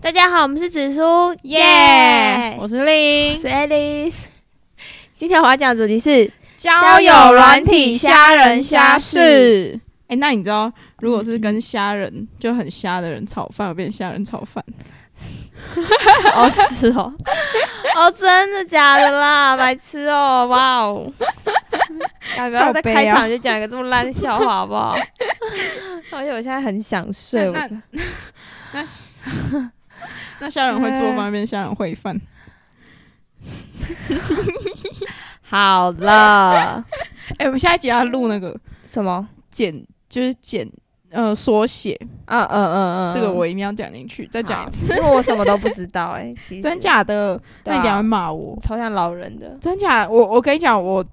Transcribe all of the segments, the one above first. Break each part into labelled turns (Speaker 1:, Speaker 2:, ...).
Speaker 1: 大家好，我们是紫苏，
Speaker 2: 耶、我是令
Speaker 1: 我是 Alice。今天我要讲的主题 是
Speaker 2: 交
Speaker 1: 友软体虾仁虾事。
Speaker 2: 哎、那你知道，如果是跟虾仁就很虾的人炒饭，我变虾仁炒 饭，
Speaker 1: 哦是哦，哦真的假的 啦，白痴哦，哇哦！要不要在
Speaker 2: 靠背啊
Speaker 1: 开场就讲一个这么烂的笑话好不好？而且我现在很想睡，我
Speaker 2: 那 那 那虾仁会做 饭变虾仁烩饭。
Speaker 1: 好了，
Speaker 2: 哎、我们下一集要录那个
Speaker 1: 什么？
Speaker 2: 简，就是简呃缩写，
Speaker 1: 嗯嗯嗯嗯，
Speaker 2: 这个我一定要讲进去，再讲一次。
Speaker 1: 次，因为我什么都不知道 哎、其实
Speaker 2: 真假的？
Speaker 1: 对
Speaker 2: 那
Speaker 1: 啊
Speaker 2: 你等下会骂我。
Speaker 1: 超像老人的，
Speaker 2: 真假？我我跟你讲，我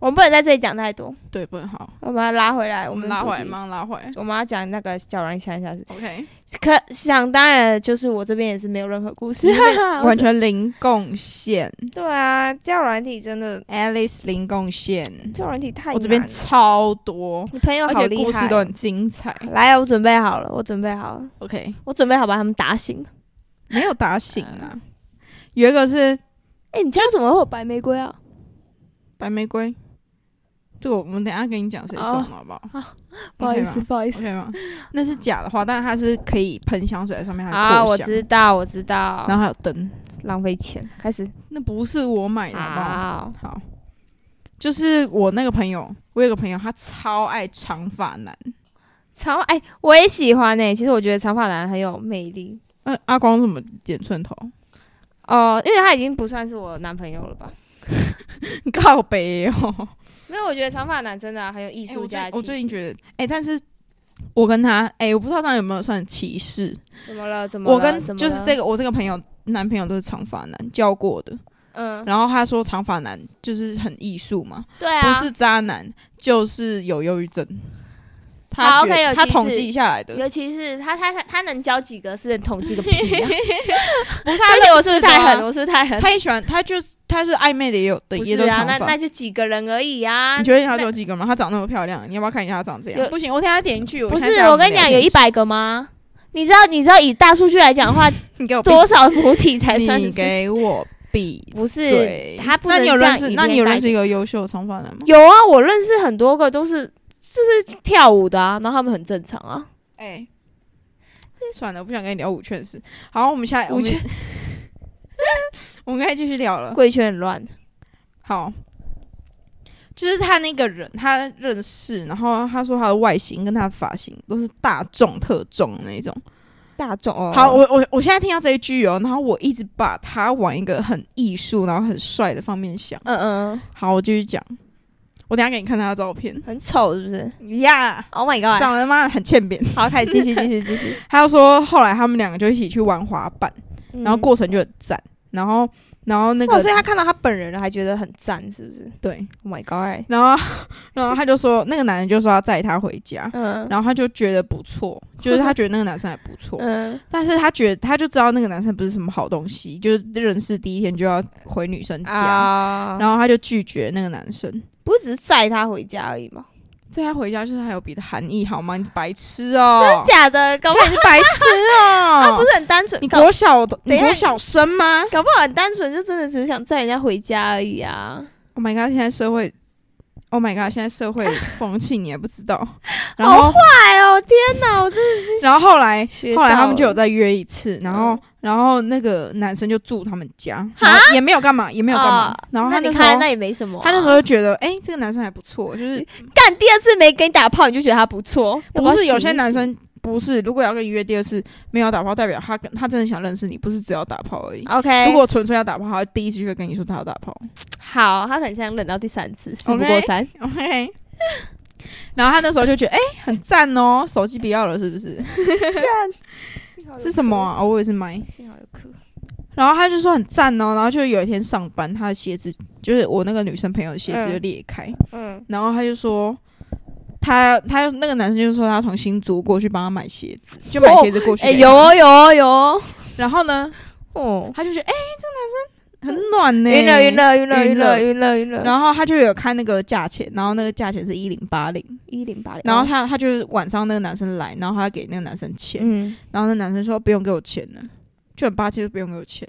Speaker 1: 我们不能在这里讲太多，
Speaker 2: 对不好，
Speaker 1: 我们要拉回来，我
Speaker 2: 我
Speaker 1: 们
Speaker 2: 们
Speaker 1: 的
Speaker 2: 拉
Speaker 1: 主
Speaker 2: 回来，
Speaker 1: 题
Speaker 2: 马上拉回来。
Speaker 1: 我们要讲那个小软想一下是，
Speaker 2: OK，
Speaker 1: 可想当然的就是我这边也是没有任何故事，
Speaker 2: 完全零贡献
Speaker 1: 对啊，教软体真的
Speaker 2: ，Alice 零贡献。
Speaker 1: 教软体太
Speaker 2: 我这边
Speaker 1: 难了
Speaker 2: 超多，
Speaker 1: 你朋友
Speaker 2: 而
Speaker 1: 好
Speaker 2: 且
Speaker 1: 厉害，
Speaker 2: 故事都很精彩。
Speaker 1: 来，我准备好了，我准备好了，
Speaker 2: OK，
Speaker 1: 我准备好把他们打醒。
Speaker 2: 没有打醒啊。
Speaker 1: 嗯
Speaker 2: 有一个是
Speaker 1: 哎、你这样怎么会有白玫瑰啊？
Speaker 2: 白玫瑰，这个我们等一下跟你讲谁送
Speaker 1: 哦
Speaker 2: 的好不好？
Speaker 1: 不好意思，不好意思。
Speaker 2: ，OK 吗？那是假的话，但是它是可以喷香水在上面，还
Speaker 1: 啊，
Speaker 2: 有扩
Speaker 1: 我
Speaker 2: 香
Speaker 1: 知道，我知道，
Speaker 2: 然后还有灯，
Speaker 1: 浪费钱，开始。
Speaker 2: 那不是我买的，好不好？
Speaker 1: 好，
Speaker 2: 好，就是我那个朋友，我有个朋友，他超爱长发男。
Speaker 1: 长发哎、我也喜欢呢、其实我觉得长发男很有魅力
Speaker 2: 那、呃阿光怎么剪寸头？
Speaker 1: 哦、因为他已经不算是我男朋友了吧？
Speaker 2: 告别哦！
Speaker 1: 没有，我觉得长发男真的、啊、很有艺术家的气息、
Speaker 2: 哎我最近觉得，哎、但是我跟他，哎、我不知道这样有没有算歧视。
Speaker 1: 怎么了？怎么了？
Speaker 2: 我跟
Speaker 1: 怎么
Speaker 2: 就是
Speaker 1: 了
Speaker 2: 这个我这个朋友男朋友都是长发男教过的，
Speaker 1: 嗯，
Speaker 2: 然后他说长发男就是很艺术嘛，
Speaker 1: 对啊，
Speaker 2: 不是渣男就是有忧郁症。
Speaker 1: 好
Speaker 2: 他觉得
Speaker 1: OK，有
Speaker 2: 他
Speaker 1: 歧
Speaker 2: 统
Speaker 1: 视
Speaker 2: 计下来的，
Speaker 1: 尤其是他，他他他能教几个是统计个屁、啊！
Speaker 2: 不是
Speaker 1: 而且我是不是
Speaker 2: 认识的
Speaker 1: 太
Speaker 2: 啊
Speaker 1: 狠？我是不是太狠？
Speaker 2: 他也喜欢，他就是他是暧昧的也有的，
Speaker 1: 不
Speaker 2: 也
Speaker 1: 是
Speaker 2: 都
Speaker 1: 啊，
Speaker 2: 长
Speaker 1: 那那
Speaker 2: 发。
Speaker 1: 就几个人而已啊
Speaker 2: 你。觉得他有几个吗？他长那么漂亮，你要不要看一下他长这
Speaker 1: 有
Speaker 2: 样？不行，我等一下点进去。
Speaker 1: 不
Speaker 2: 看一
Speaker 1: 是，
Speaker 2: 下
Speaker 1: 我
Speaker 2: 们
Speaker 1: 跟你
Speaker 2: 聊
Speaker 1: 讲，
Speaker 2: 天
Speaker 1: 有一
Speaker 2: 室，
Speaker 1: 百个吗？你知道，你知道以大数据来讲 的话，
Speaker 2: 你给我闭
Speaker 1: 多少母体才算
Speaker 2: 哦你
Speaker 1: 是？
Speaker 2: 给我闭
Speaker 1: 不是
Speaker 2: 嘴。
Speaker 1: 他不
Speaker 2: 那
Speaker 1: 能
Speaker 2: 你有
Speaker 1: 这样
Speaker 2: 认识？
Speaker 1: 以
Speaker 2: 那
Speaker 1: 偏
Speaker 2: 你有
Speaker 1: 概
Speaker 2: 认识
Speaker 1: 全
Speaker 2: 一个优秀的长发男吗？
Speaker 1: 有啊，我认识很多个都是就是跳舞的啊，然后他们很正常啊。
Speaker 2: 哎、算了，我不想跟你聊五圈的事。好，我们下
Speaker 1: 五圈，
Speaker 2: 我们 我们可以继续聊了。
Speaker 1: 贵圈很乱，
Speaker 2: 好，就是他那个人，他认识，然后他说他的外形跟他的发型都是大众特重的那一种。
Speaker 1: 大众哦。
Speaker 2: 好，我我我现在听到这一句哦，然后我一直把他往一个很艺术，然后很帅的方面想。
Speaker 1: 嗯嗯，
Speaker 2: 好，我继续讲，我等一下给你看他的照片
Speaker 1: 嗯。很丑是不是
Speaker 2: 呀、
Speaker 1: ？Oh my god！
Speaker 2: 长得妈的很欠扁。
Speaker 1: 好，开始继续继续继续。
Speaker 2: 他就说后来他们两个就一起去玩滑板，然后
Speaker 1: 嗯
Speaker 2: 过程就很赞。然后然后那个、
Speaker 1: 哦，所以他看到他本人了，还觉得很赞，是不是
Speaker 2: 对，
Speaker 1: ？Oh my god！
Speaker 2: 然后 然后他就说那个男人就说要载他回家。
Speaker 1: 嗯
Speaker 2: 然后他就觉得不 错，就是他觉得那个男生还不错，
Speaker 1: 嗯，
Speaker 2: 但是他觉得他就知道那个男生不是什么好东西，就是认识第一天就要回女生家，
Speaker 1: 啊，
Speaker 2: 然后他就拒绝那个男生。
Speaker 1: 不是只是载他回家而已吗？
Speaker 2: 在他回家就是还有别的含义好吗？你白痴哦、
Speaker 1: 假的，搞不 好
Speaker 2: 你白痴哦、
Speaker 1: 他不是很单纯，
Speaker 2: 你
Speaker 1: 搞
Speaker 2: 国小的
Speaker 1: 等一
Speaker 2: 你
Speaker 1: 下
Speaker 2: 国小生吗
Speaker 1: 搞不好很单纯，就真的只是想载人家回家而已啊。
Speaker 2: ？Oh my god！现在社会，Oh my god！现在 社会风气你还不知道。然后，
Speaker 1: 哎呦天哪，我真
Speaker 2: 然后后来
Speaker 1: 学
Speaker 2: 后来
Speaker 1: 到
Speaker 2: 他们就有
Speaker 1: 了
Speaker 2: 再约一次，然后、
Speaker 1: 嗯
Speaker 2: 然后那个男生就住他们家，然后也没有干嘛，也没有干嘛。
Speaker 1: 啊
Speaker 2: 然后他
Speaker 1: 那你
Speaker 2: 时候
Speaker 1: 看那也没什么啊，
Speaker 2: 他那时候就觉得，哎、这个男生还不错，就是
Speaker 1: 干第二次没给你打炮，你就觉得他不错，要
Speaker 2: 不
Speaker 1: 要
Speaker 2: 是有
Speaker 1: 醒
Speaker 2: 些
Speaker 1: 一
Speaker 2: 男
Speaker 1: 醒
Speaker 2: 生不是，如果要跟你约第二次没有打炮，代表他跟他真的想认识你，不是只要打炮而已。
Speaker 1: OK，
Speaker 2: 如果纯粹要打炮，他第一次就会跟你说他要打 炮。
Speaker 1: 好，他可能想忍到第三次，事不
Speaker 2: OK
Speaker 1: 过三。
Speaker 2: OK，然后他那时候就觉得，哎、很赞哦，手机不要了是不是？是什么、啊？哦我也是买。
Speaker 1: 幸好有课。
Speaker 2: 然后他就说很赞哦，然后就有一天上班，他的鞋子就是我那个女生朋友的鞋子
Speaker 1: 嗯
Speaker 2: 就裂开，
Speaker 1: 嗯，
Speaker 2: 然后他就说。他他那个男生就说他从新竹过去帮他买鞋子，就买鞋子过去
Speaker 1: 哎、
Speaker 2: 给他。
Speaker 1: 有哦有哦有哦，
Speaker 2: 然后呢，
Speaker 1: 哦，
Speaker 2: 他就觉得哎、这个男生很暖呢、
Speaker 1: 晕了晕了晕了
Speaker 2: 晕
Speaker 1: 晕了
Speaker 2: 了
Speaker 1: 晕了晕了，
Speaker 2: 然后他就有看那个价钱，然后那个价钱是一零八零，哦
Speaker 1: 一零八零，
Speaker 2: 然后他他就是晚上那个男生来，然后他给那个男生钱，
Speaker 1: 嗯，
Speaker 2: 然后那男生说不用给我钱了，就很霸气，就不用给我钱。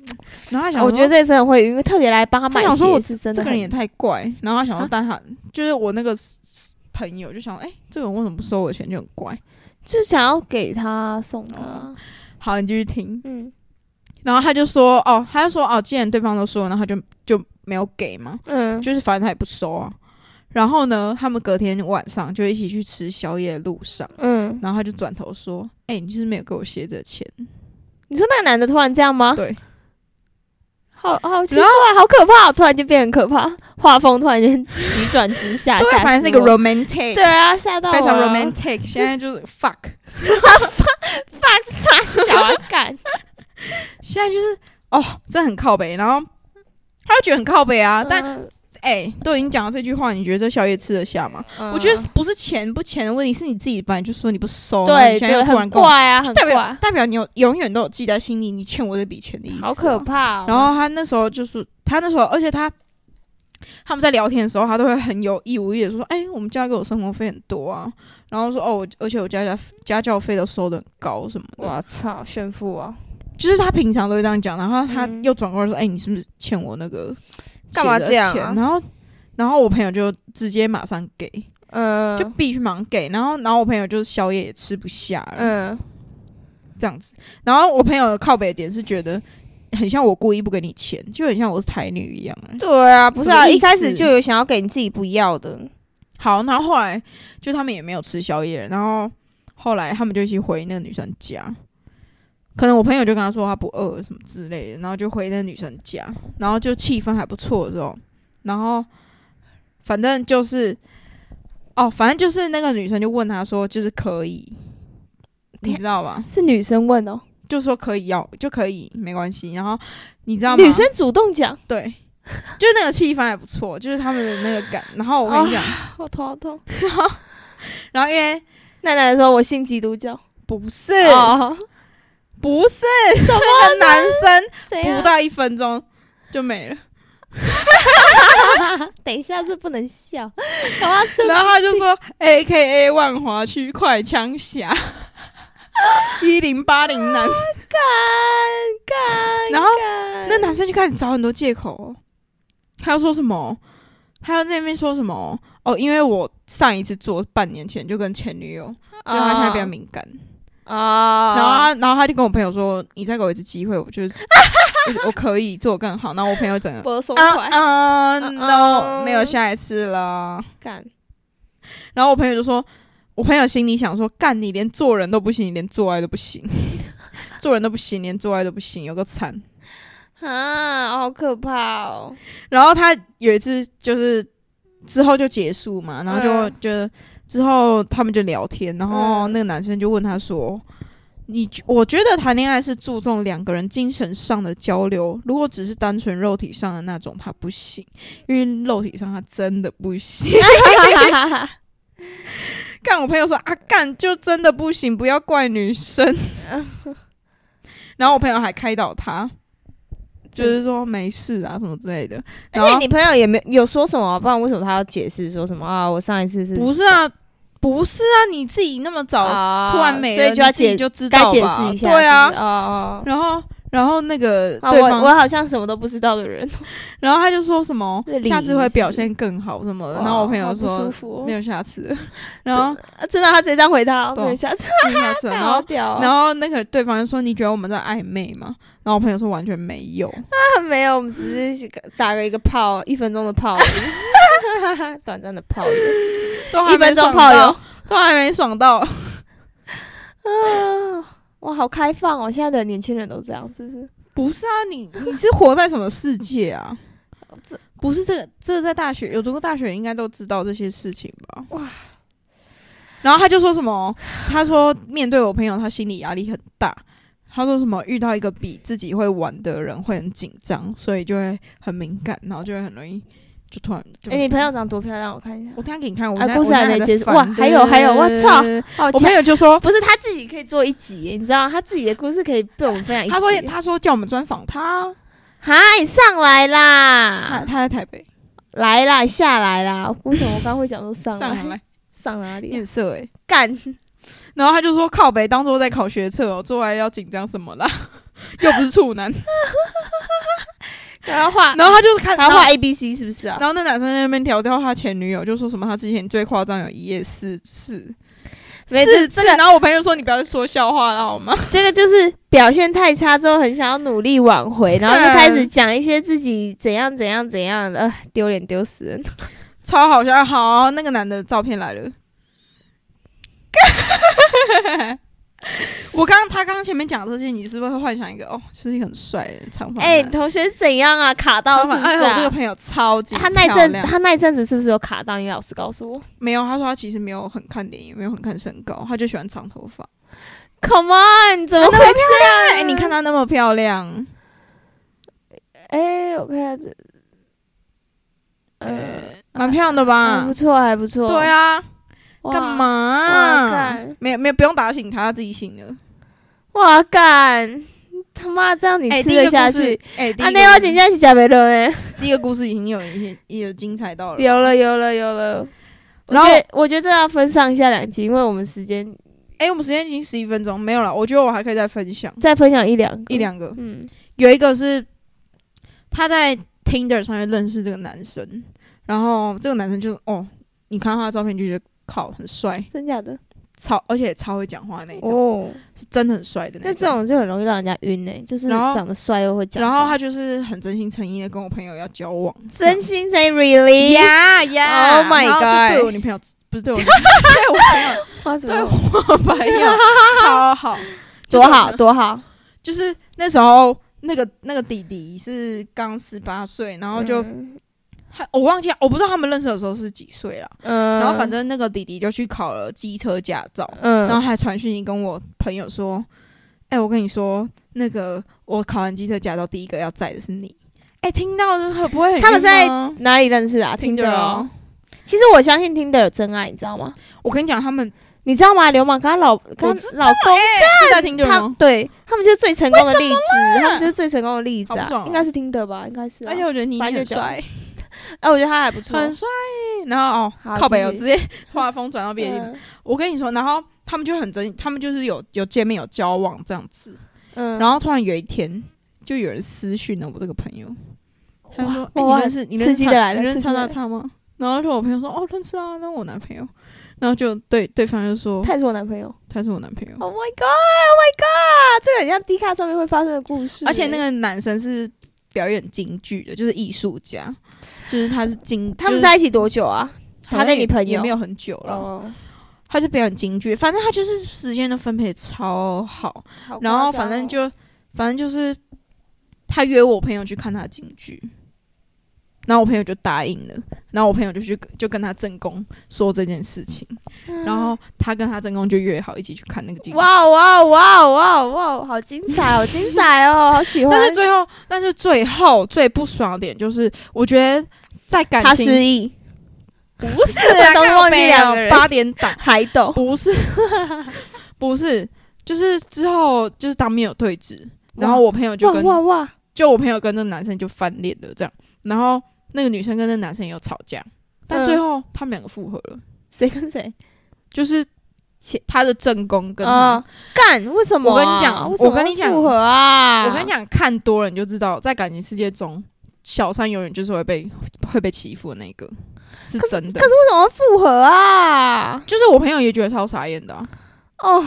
Speaker 2: 然后他想说，
Speaker 1: 我觉得这也是很会，因为特别来帮他
Speaker 2: 他
Speaker 1: 买
Speaker 2: 想说我
Speaker 1: 鞋
Speaker 2: 这
Speaker 1: 是真的
Speaker 2: 这
Speaker 1: 很。
Speaker 2: 个人也太怪，然后他想说
Speaker 1: 啊，
Speaker 2: 但他就是我那个 s- s- 朋友就想，哎、这个人为什么不收我钱，就很怪。
Speaker 1: 就是想要给他送他
Speaker 2: 哦，好，你继续听。
Speaker 1: 嗯
Speaker 2: 然后他就说，哦，他就说，哦，既然对方都说了，然后他就就没有给嘛，
Speaker 1: 嗯，
Speaker 2: 就是反正他也不收啊。然后呢，他们隔天晚上就一起去吃宵夜的路上，
Speaker 1: 嗯，
Speaker 2: 然后他就转头说，哎、你是不是没有给我鞋子的钱？
Speaker 1: 你说那个男的突然这样吗？
Speaker 2: 对，
Speaker 1: 好好奇
Speaker 2: 然
Speaker 1: 怪，好可怕，突然就变很可怕，画风突然间急转直下，
Speaker 2: 对，啊
Speaker 1: 吓
Speaker 2: 反正
Speaker 1: 死
Speaker 2: 是一个
Speaker 1: 我
Speaker 2: romantic，
Speaker 1: 对啊，吓到
Speaker 2: 非常
Speaker 1: 我了
Speaker 2: romantic。现在就是 fuck，
Speaker 1: 傻小 啊，干，
Speaker 2: 现在就是哦，这很靠北。然后他就觉得很靠北啊， 但
Speaker 1: 嗯
Speaker 2: 哎、都已经讲到这句话，你觉得这宵夜吃得下吗？
Speaker 1: 嗯
Speaker 2: 我觉得不是钱不钱的问题，是你自己本来就说你不收，然后
Speaker 1: 对
Speaker 2: 你现在
Speaker 1: 对
Speaker 2: 又突然
Speaker 1: 很
Speaker 2: 跟我
Speaker 1: 怪啊，很
Speaker 2: 代
Speaker 1: 怪
Speaker 2: 表
Speaker 1: 啊，
Speaker 2: 代表你有永远都有记在心里，你欠我这笔钱的意思啊、
Speaker 1: 好可怕哦。
Speaker 2: 然后他那时候就是他那时候，而且他他们在聊天的时候，他都会很有意无意的说：“哎、我们家给我生活费很多啊。”然后说：“哦，我而且我家家家教费都收的很高什么的。
Speaker 1: 我操，炫富啊！”
Speaker 2: 就是他平常都会这样讲，然后他
Speaker 1: 嗯
Speaker 2: 又转过来说：“哎、你是不是欠我那个
Speaker 1: 干嘛
Speaker 2: 写的
Speaker 1: 这样啊
Speaker 2: 钱然后然后我朋友就直接马上给，
Speaker 1: 嗯
Speaker 2: 就必须马上给。然后然后我朋友就是宵夜也吃不下了，
Speaker 1: 嗯，
Speaker 2: 这样子。然后我朋友的靠北点是觉得很像我故意不给你钱，就很像我是台女一样、哎
Speaker 1: 对啊，不是啊，
Speaker 2: 什么意思
Speaker 1: 一开始就有想要给你自己不要的，
Speaker 2: 好，然后后来就他们也没有吃宵夜，然后后来他们就一起回那个女生家。可能我朋友就跟他说他不饿什么之类的，然后就回那个女生家，然后就气氛还不错的时候，然后反正就是哦，反正就是那个女生就问他说，就是可以，你知道吧？
Speaker 1: 是女生问哦，
Speaker 2: 就说可以要就可以没关系，然后你知道吗？
Speaker 1: 女生主动讲，
Speaker 2: 对，就是那个气氛还不错，就是他们的那个感。然后我跟你讲，
Speaker 1: 我头好痛。
Speaker 2: 然后因为
Speaker 1: 那男的说：“我信基督教。
Speaker 2: 不是、”
Speaker 1: 哦，
Speaker 2: 不是那个男生，
Speaker 1: 怎
Speaker 2: 不
Speaker 1: 样？
Speaker 2: 到一分钟就没了。
Speaker 1: 等一下是不能笑，搞到生
Speaker 2: 然后他就说 A K A 万华区快枪侠一零八零男，
Speaker 1: 干干。
Speaker 2: 然后
Speaker 1: 干
Speaker 2: 那男生就开始找很多借口哦，他又说什么？他又在那边说什么？哦，因为我上一次做半年前就跟前女友，就他现在比
Speaker 1: 哦
Speaker 2: 较敏感，
Speaker 1: 啊，
Speaker 2: 然后他，然后他就跟我朋友说：“你再给我一次机会，我就是 我我可以做更好。”然后我朋友整个
Speaker 1: 不松
Speaker 2: 啊
Speaker 1: 快
Speaker 2: 啊
Speaker 1: 嗯
Speaker 2: ，no，
Speaker 1: 嗯
Speaker 2: 没有下一次了。
Speaker 1: 干，
Speaker 2: 然后我朋友就说：“我朋友心里想说，干你连做人都不行，你连做爱都不行， 做人都不行，连做爱都不行，有个惨。
Speaker 1: 啊，好可怕 哦！”
Speaker 2: 然后他有一次就是之后就结束嘛，然后就
Speaker 1: 嗯
Speaker 2: 就之后他们就聊天，然后
Speaker 1: 嗯
Speaker 2: 那个男生就问他说。你我觉得谈恋爱是注重两个人精神上的交流，如果只是单纯肉体上的那种，他不行，因为肉体上他真的不行。干，我朋友说啊，干就真的不行，不要怪 女生。然后我朋友还开导他，就是说没事啊什么之类的。然
Speaker 1: 而且
Speaker 2: 后
Speaker 1: 你朋友也没有说什么，不然为什么他要解释说什么啊？我上一次是
Speaker 2: 不是啊，不是啊，你自己那么早
Speaker 1: 啊
Speaker 2: 突然没了，
Speaker 1: 所以就要
Speaker 2: 你自己
Speaker 1: 解
Speaker 2: 就知道
Speaker 1: 该
Speaker 2: 吧
Speaker 1: 解释一下，
Speaker 2: 对啊
Speaker 1: 是不。是哦哦。
Speaker 2: 然后，然后那个
Speaker 1: 啊，
Speaker 2: 对
Speaker 1: 我
Speaker 2: 方，
Speaker 1: 我好像什么都不知道的 人，
Speaker 2: 然后他就说什么
Speaker 1: 这礼仪
Speaker 2: 下次会表现更好什么的。然后我朋友
Speaker 1: 哇哦好不舒
Speaker 2: 说
Speaker 1: 服哦
Speaker 2: 没，有下次了，然后
Speaker 1: 啊真的，他直接这样回他哦，
Speaker 2: 对
Speaker 1: 没有下次，
Speaker 2: 没有下 次了，然
Speaker 1: 好
Speaker 2: 后。
Speaker 1: 屌哦，
Speaker 2: 然后那个对方就说：“你觉得我们在暧昧吗？”然后我朋友说：“完全没 有。
Speaker 1: 他没有，我们只是打了一个炮，一分钟的炮而已， 短暂的炮而已，”
Speaker 2: 都
Speaker 1: 一
Speaker 2: 还没
Speaker 1: 分钟
Speaker 2: 爽
Speaker 1: 炮友
Speaker 2: 到，， 都还没爽到。
Speaker 1: 啊哇，好开放哦！现在的年轻人都这样，是不是？
Speaker 2: 不是啊，你你是活在什么世界 啊？不是这个，这个在大学有读过大学应该都知道这些事情吧？
Speaker 1: 哇
Speaker 2: 哇！然后他就说什么？他说面对我朋友，他心理压力很大。他说什么遇到一个比自己会玩的人会很紧张，所以就会很敏感，然后就会很容易就突然就。
Speaker 1: 哎、你朋友长多漂亮，我看一下。
Speaker 2: 我等一下给你看，我
Speaker 1: 啊
Speaker 2: 现在
Speaker 1: 故事
Speaker 2: 我
Speaker 1: 还
Speaker 2: 现在
Speaker 1: 没
Speaker 2: 在
Speaker 1: 结束
Speaker 2: 翻
Speaker 1: 哇
Speaker 2: 对
Speaker 1: 还有还有我
Speaker 2: 对
Speaker 1: 操
Speaker 2: 对对对
Speaker 1: 好
Speaker 2: 我
Speaker 1: 强
Speaker 2: 朋友就说，
Speaker 1: 不是他自己可以做一集耶，你知道吗他自己的故事可以被我们分享一集。
Speaker 2: 他说他说叫我们专访他，
Speaker 1: 哈，你上来
Speaker 2: 他
Speaker 1: 啦，
Speaker 2: 他在台北
Speaker 1: 来啦，下来啦。为什么我刚刚会讲说上来？
Speaker 2: 上来
Speaker 1: 上哪里啊、
Speaker 2: 面色哎，
Speaker 1: 干，
Speaker 2: 然后他就说靠北当做在考学测哦，做爱要紧张什么啦？又不是处男。
Speaker 1: 还要画，
Speaker 2: 然后他就是看，
Speaker 1: 还
Speaker 2: 然
Speaker 1: 要
Speaker 2: 后
Speaker 1: 画 A B C 是不是啊？
Speaker 2: 然后那男生在那边调调他前女友，就说什么他之前最夸张有一夜四次，
Speaker 1: 没
Speaker 2: 四
Speaker 1: 这
Speaker 2: 次
Speaker 1: 这。个
Speaker 2: 然后我朋友说你不要再说笑话了好吗？
Speaker 1: 这个就是表现太差之后，很想要努力挽回，然后就开始讲一些自己怎样怎样怎样的，呃丢脸丢死人。
Speaker 2: 超好笑。好，那个男的照片来了。 我刚他刚刚前面讲这些，你是不是会幻想一个哦，就是一个很帅的长发 男？
Speaker 1: 哎、同学怎样啊？卡到
Speaker 2: 长
Speaker 1: 是不
Speaker 2: 发
Speaker 1: 是
Speaker 2: 哎，我这个
Speaker 1: 啊？
Speaker 2: 朋友超级
Speaker 1: 他那
Speaker 2: 漂
Speaker 1: 阵
Speaker 2: 亮
Speaker 1: 他那阵子是不是有卡到？你老实告诉我
Speaker 2: 没有，他说他其实没有很看脸，也没有很看身高，他就喜欢长头发。
Speaker 1: ，Come on，怎么会？
Speaker 2: 哎、你看她那么漂亮，
Speaker 1: 哎、我看下这，呃，
Speaker 2: 蛮漂亮的
Speaker 1: 还
Speaker 2: 吧
Speaker 1: 哎不？错，还不错。
Speaker 2: 嗯对啊，
Speaker 1: 哇，
Speaker 2: 干
Speaker 1: 哇
Speaker 2: 嘛
Speaker 1: 干？
Speaker 2: 没有没有，不用打醒他，他自己醒了。
Speaker 1: 哇干，他妈这样你吃得下去？？
Speaker 2: 哎、第
Speaker 1: 啊，
Speaker 2: 一个
Speaker 1: 那我请假是假没了哎。
Speaker 2: 第一个故事已经有一些也有精彩到 了。
Speaker 1: 有了，有了，有了。我
Speaker 2: 然
Speaker 1: 觉
Speaker 2: 后
Speaker 1: 得我觉得这要分上下两集，因为我们时间
Speaker 2: 哎、我们时间已经十一分钟，没有了。我觉得我还可以再分享
Speaker 1: 再分享一两个
Speaker 2: 一，两个。
Speaker 1: 嗯，
Speaker 2: 有一个是他在 Tinder 上面认识这个男生，然后这个男生就哦，你看他的照片就觉得靠很帅，
Speaker 1: 真假的
Speaker 2: 超而且超会讲话那一种，
Speaker 1: 哦。
Speaker 2: 是真的很帅的
Speaker 1: 那
Speaker 2: 那
Speaker 1: 这种就很容易让人家晕哎、就是
Speaker 2: 然后
Speaker 1: 长得帅又会讲话，
Speaker 2: 然后他就是很真心诚意的跟我朋友要交往，
Speaker 1: 真心在 really
Speaker 2: 哎呀呀
Speaker 1: Oh my
Speaker 2: 然后就
Speaker 1: god
Speaker 2: 对我女朋友不是对我女朋友， 对我朋 友
Speaker 1: 发什
Speaker 2: 对
Speaker 1: 么？
Speaker 2: 我朋友超好，
Speaker 1: 多 好多好，
Speaker 2: 就是那时候那个那个弟弟是刚十八岁，然后就、
Speaker 1: 嗯，
Speaker 2: 他我忘记我不知道他们认识的时候是几岁了，
Speaker 1: 然
Speaker 2: 然后反正那个弟弟就去考了机车驾照，
Speaker 1: 嗯，
Speaker 2: 然后还传讯息跟我朋友说：“哎、我跟你说，那个我考完机车驾照，第一个要载的是你。哎，听到就会不会很
Speaker 1: 他们
Speaker 2: 晕
Speaker 1: 在
Speaker 2: 吗
Speaker 1: 哪里认识的、啊、
Speaker 2: Tinder 哦
Speaker 1: 哦。其实我相信 Tinder 有真爱，你知道吗？
Speaker 2: 我跟你讲，他们
Speaker 1: 你知道吗？流氓跟她老跟她
Speaker 2: 我知
Speaker 1: 老公
Speaker 2: 是在听哦 i
Speaker 1: 他
Speaker 2: 吗？
Speaker 1: 对他们就是最成功的例子，他们就是最成功的例子
Speaker 2: 好不
Speaker 1: 啊，
Speaker 2: 爽哦
Speaker 1: 应该是听的吧，应该是、啊。
Speaker 2: 而且我觉得你
Speaker 1: 反正
Speaker 2: 很
Speaker 1: 就这样
Speaker 2: 帅，
Speaker 1: 哎、我觉得他还不错。
Speaker 2: 很帅。然后哦，
Speaker 1: 好
Speaker 2: 靠北哦，
Speaker 1: 继
Speaker 2: 直
Speaker 1: 续
Speaker 2: 接 画风转到别的地方。
Speaker 1: 嗯
Speaker 2: 我跟你说，然后他们就很真，他们就是有有见面有交往这样子。
Speaker 1: 嗯
Speaker 2: 然后突然有一天，就有人私讯了我这个朋友，他就说：“哎、
Speaker 1: 哇
Speaker 2: 你认识你认
Speaker 1: 刺
Speaker 2: 识
Speaker 1: 激
Speaker 2: 叉
Speaker 1: 的来了
Speaker 2: 你认识
Speaker 1: 刺激
Speaker 2: 叉
Speaker 1: 的
Speaker 2: 叉
Speaker 1: 来
Speaker 2: 叉吗？”然后就我朋友说：“哦，认识啊，那我男朋友。”然后就对对方就说
Speaker 1: 他也是我男朋友。：“
Speaker 2: 他是我男朋友。
Speaker 1: Oh my god! Oh my god! 这个很像 D 卡上面会发生的故事欸、
Speaker 2: 而且那个男生是表演京剧的，就是艺术家，就是他是京，
Speaker 1: 他
Speaker 2: 就
Speaker 1: 们
Speaker 2: 是
Speaker 1: 在一起多久啊？
Speaker 2: 好像
Speaker 1: 他跟
Speaker 2: 也
Speaker 1: 你朋
Speaker 2: 也
Speaker 1: 友
Speaker 2: 没有很久了。
Speaker 1: 哦，
Speaker 2: 他是表演京剧，反正他就是时间的分配超好，
Speaker 1: 好
Speaker 2: 然
Speaker 1: 夸张
Speaker 2: 后反正
Speaker 1: 哦
Speaker 2: 就反正就是他约我朋友去看他的京剧，然后我朋友就答应了，然后我朋友就去就跟他正宫说这件事情，然后他跟他正宫就约好一起去看那个京剧，
Speaker 1: 嗯哇哇哇哇哇，好精彩，好精彩 哦，好喜欢
Speaker 2: 但。是最后但是最后最不爽的点就是，我觉得在感
Speaker 1: 他失
Speaker 2: 情
Speaker 1: 忆，
Speaker 2: 不是啊，
Speaker 1: 都忘记两个人
Speaker 2: 八点档。
Speaker 1: 海斗
Speaker 2: 不是， 不是，就是之后就是当面有对质，然后
Speaker 1: 哇
Speaker 2: 我朋友就
Speaker 1: 哇
Speaker 2: 跟
Speaker 1: 哇哇，
Speaker 2: 就我朋友跟那男生就翻脸了这样，然后那个女生跟那男生也有吵架，但
Speaker 1: 嗯
Speaker 2: 最后他们两个复合了，
Speaker 1: 谁跟谁？
Speaker 2: 就是前他的正宫跟他。
Speaker 1: 啊，干、为什么啊、
Speaker 2: 我跟你讲
Speaker 1: 为什么
Speaker 2: 我跟你讲
Speaker 1: 复合啊！
Speaker 2: 我跟你，讲，看多了你就知道，在感情世界中，小三永远就是会被会被欺负的那个，是
Speaker 1: 可是
Speaker 2: 真的。
Speaker 1: 可是为什么复合啊？
Speaker 2: 就是我朋友也觉得超傻眼的啊、
Speaker 1: 哦，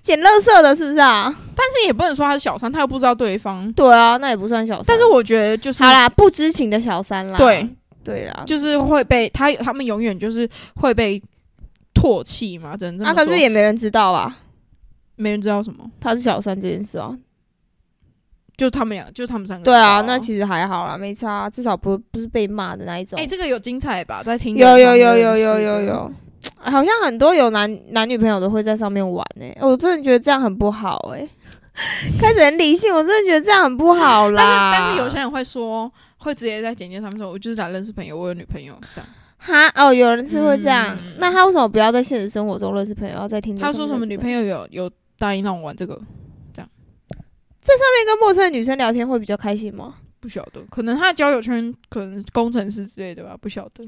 Speaker 1: 捡垃圾的是不是啊？
Speaker 2: 但是也不能说他是小三，他又不知道对方。
Speaker 1: 对啊，那也不算小三。
Speaker 2: 但是我觉得就是
Speaker 1: 好啦，不知情的小三啦。
Speaker 2: 对
Speaker 1: 对啊啦，
Speaker 2: 就是会被他他们永远就是会被唾弃嘛，只能这么
Speaker 1: 啊，
Speaker 2: 说。
Speaker 1: 可是也没人知道啊，
Speaker 2: 没人知道什么，
Speaker 1: 他是小三这件事啊。
Speaker 2: 就他们俩，就他们三个知道。
Speaker 1: 对啊，那其实还好啦，没差，啊至少不不是被骂的那一种。
Speaker 2: 哎、这个有精彩吧？在听
Speaker 1: 有有有有有有有，好像很多有男男女朋友都会在上面玩哎、我真的觉得这样很不好哎、 开始很理性，我真的觉得这样很不好啦。
Speaker 2: 但是有些人会说，会直接在简介上面说，我就是来认识朋友，我有女朋友这样。
Speaker 1: 哈哦，有人是会这样，
Speaker 2: 嗯
Speaker 1: 那他为什么不要在现实生活中认识朋友，要在听？
Speaker 2: 他说什么女朋
Speaker 1: 友？
Speaker 2: 友有有答应让我玩这个，
Speaker 1: 那跟陌生的女生聊天会比较开心吗？
Speaker 2: 不晓得，可能他的交友圈可能工程师之类的吧，不晓得。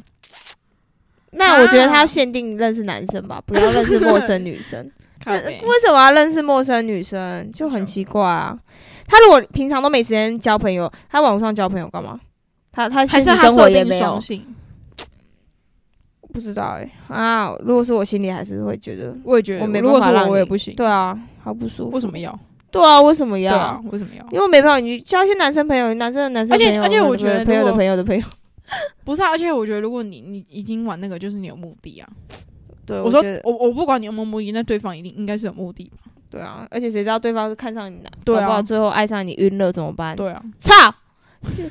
Speaker 1: 那我觉得他
Speaker 2: 啊
Speaker 1: 要限定认识男生吧，不要认识陌生女 生。
Speaker 2: 靠北
Speaker 1: 为什么要认识陌生女生？就很奇怪啊。他如果平常都没时间交朋友，他网络上交朋友干嘛？他他
Speaker 2: 还
Speaker 1: 现
Speaker 2: 是
Speaker 1: 实
Speaker 2: 他
Speaker 1: 生活
Speaker 2: 设
Speaker 1: 也
Speaker 2: 定
Speaker 1: 没有
Speaker 2: 双，性？
Speaker 1: 不知道哎、啊！如果是我心里还是会觉得，
Speaker 2: 我也觉得，
Speaker 1: 我没
Speaker 2: 如果
Speaker 1: 办
Speaker 2: 是
Speaker 1: 法
Speaker 2: 我，
Speaker 1: 让
Speaker 2: 我也
Speaker 1: 你
Speaker 2: 不行。
Speaker 1: 对啊，好不舒服。
Speaker 2: 嗯为什么？要？
Speaker 1: 对啊，为什么
Speaker 2: 对
Speaker 1: 要？
Speaker 2: 啊，为什么要？
Speaker 1: 因为没朋友，你交一些男生朋友，男生的男生
Speaker 2: 而且
Speaker 1: 朋友
Speaker 2: 而且我
Speaker 1: 朋友
Speaker 2: 觉得
Speaker 1: 朋友
Speaker 2: 如
Speaker 1: 的
Speaker 2: 果
Speaker 1: 朋友的朋友。
Speaker 2: 不是啊，而且我觉得，如果你你已经玩那个，就是你有目的啊。
Speaker 1: 对，
Speaker 2: 我说
Speaker 1: 觉得
Speaker 2: 我我不管你有没有目的，那对方一定应该是有目的吧？
Speaker 1: 对啊，而且谁知道对方是看上你哪，
Speaker 2: 对啊
Speaker 1: 搞不好最后爱上你晕了怎么办？
Speaker 2: 对啊，
Speaker 1: 操！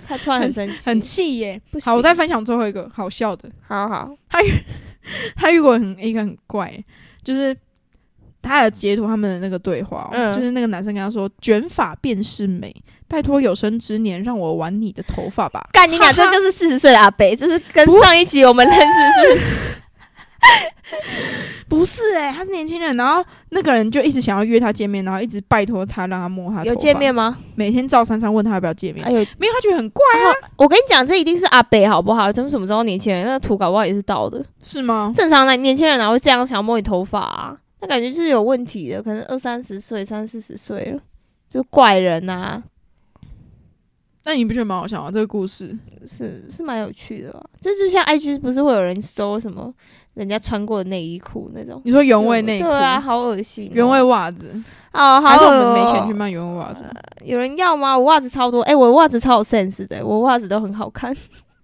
Speaker 1: 他突然很生气，
Speaker 2: 很气耶
Speaker 1: 不！行
Speaker 2: 好，我再分享最后一个好笑的。
Speaker 1: 好 好，
Speaker 2: 他遇过很一个很怪耶，就是他有截图他们的那个对话哦、
Speaker 1: 嗯
Speaker 2: 就是那个男生跟他说：“卷发便是美，拜托有生之年让我玩你的头发吧。
Speaker 1: 干你俩，这就是四十岁的阿北，这是跟上一集我们认
Speaker 2: 啊
Speaker 1: 识是”
Speaker 2: 不是哎、他是年轻人，然后那个人就一直想要约他见面，然后一直拜托他让他摸他头发
Speaker 1: 有见，面吗？
Speaker 2: 每天照三餐问他要不要见面，
Speaker 1: 哎呦，
Speaker 2: 没有他觉得很怪
Speaker 1: 我跟你讲，这一定是阿北好不好？咱们怎么知道年轻人？那个图搞不好也是盗的。
Speaker 2: 是吗？
Speaker 1: 正常的年轻人哪会这样想摸你头发啊？那感觉是有问题的，可能二三十岁、三四十岁了，就怪人啊呐、
Speaker 2: 那你不觉得蛮好笑吗？这个故事
Speaker 1: 是是蛮有趣的吧？就就像 IG 不是会有人搜什么人家穿过的内衣裤那种
Speaker 2: 你说原味内裤，
Speaker 1: 对啊，好恶心哦、
Speaker 2: 原味袜子，
Speaker 1: 哦，好
Speaker 2: 还是
Speaker 1: 恶
Speaker 2: 我们没
Speaker 1: 哦
Speaker 2: 钱去卖原味袜子？
Speaker 1: 有人要吗？我袜子超多，哎、我袜子超有 sense 的、我袜子都很好看。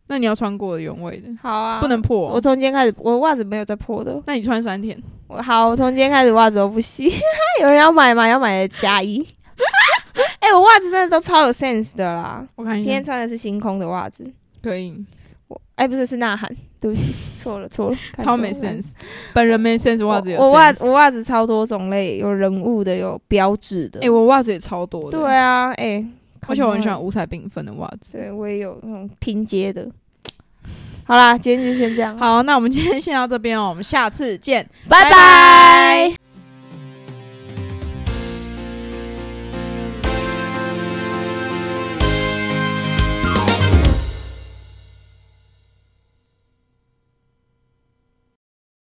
Speaker 2: 那你要穿过原味的，
Speaker 1: 好啊，
Speaker 2: 嗯不能破哦、
Speaker 1: 我从今天开始，我袜子没有在破的。
Speaker 2: 那你穿三天。
Speaker 1: 我好，我从今天开始袜子都不洗。 有人要买吗？要买的加一。 哎、我袜子真的都超有 sense 的啦。
Speaker 2: 我看一
Speaker 1: 今
Speaker 2: 下
Speaker 1: 天，穿的是星空的袜子，
Speaker 2: 可以，
Speaker 1: 我哎、不是是呐喊，对不起，错了错了，看
Speaker 2: 超
Speaker 1: 错
Speaker 2: 没
Speaker 1: 了
Speaker 2: sense，本人没 sense，
Speaker 1: 我
Speaker 2: 袜子有
Speaker 1: 我袜
Speaker 2: sense
Speaker 1: 我袜子超多种类，有人物的，有标志的。
Speaker 2: 哎、我袜子也超多的，
Speaker 1: 对，啊，哎、
Speaker 2: 而且我很喜
Speaker 1: 喜
Speaker 2: 欢
Speaker 1: 欢。
Speaker 2: 五彩缤纷的袜子。
Speaker 1: 对，啊我也有那种拼接的。好啦，今天就先这样，，
Speaker 2: 好，那我们今天先到这边哦，我们下次见。
Speaker 1: 拜
Speaker 2: 拜拜
Speaker 1: 拜。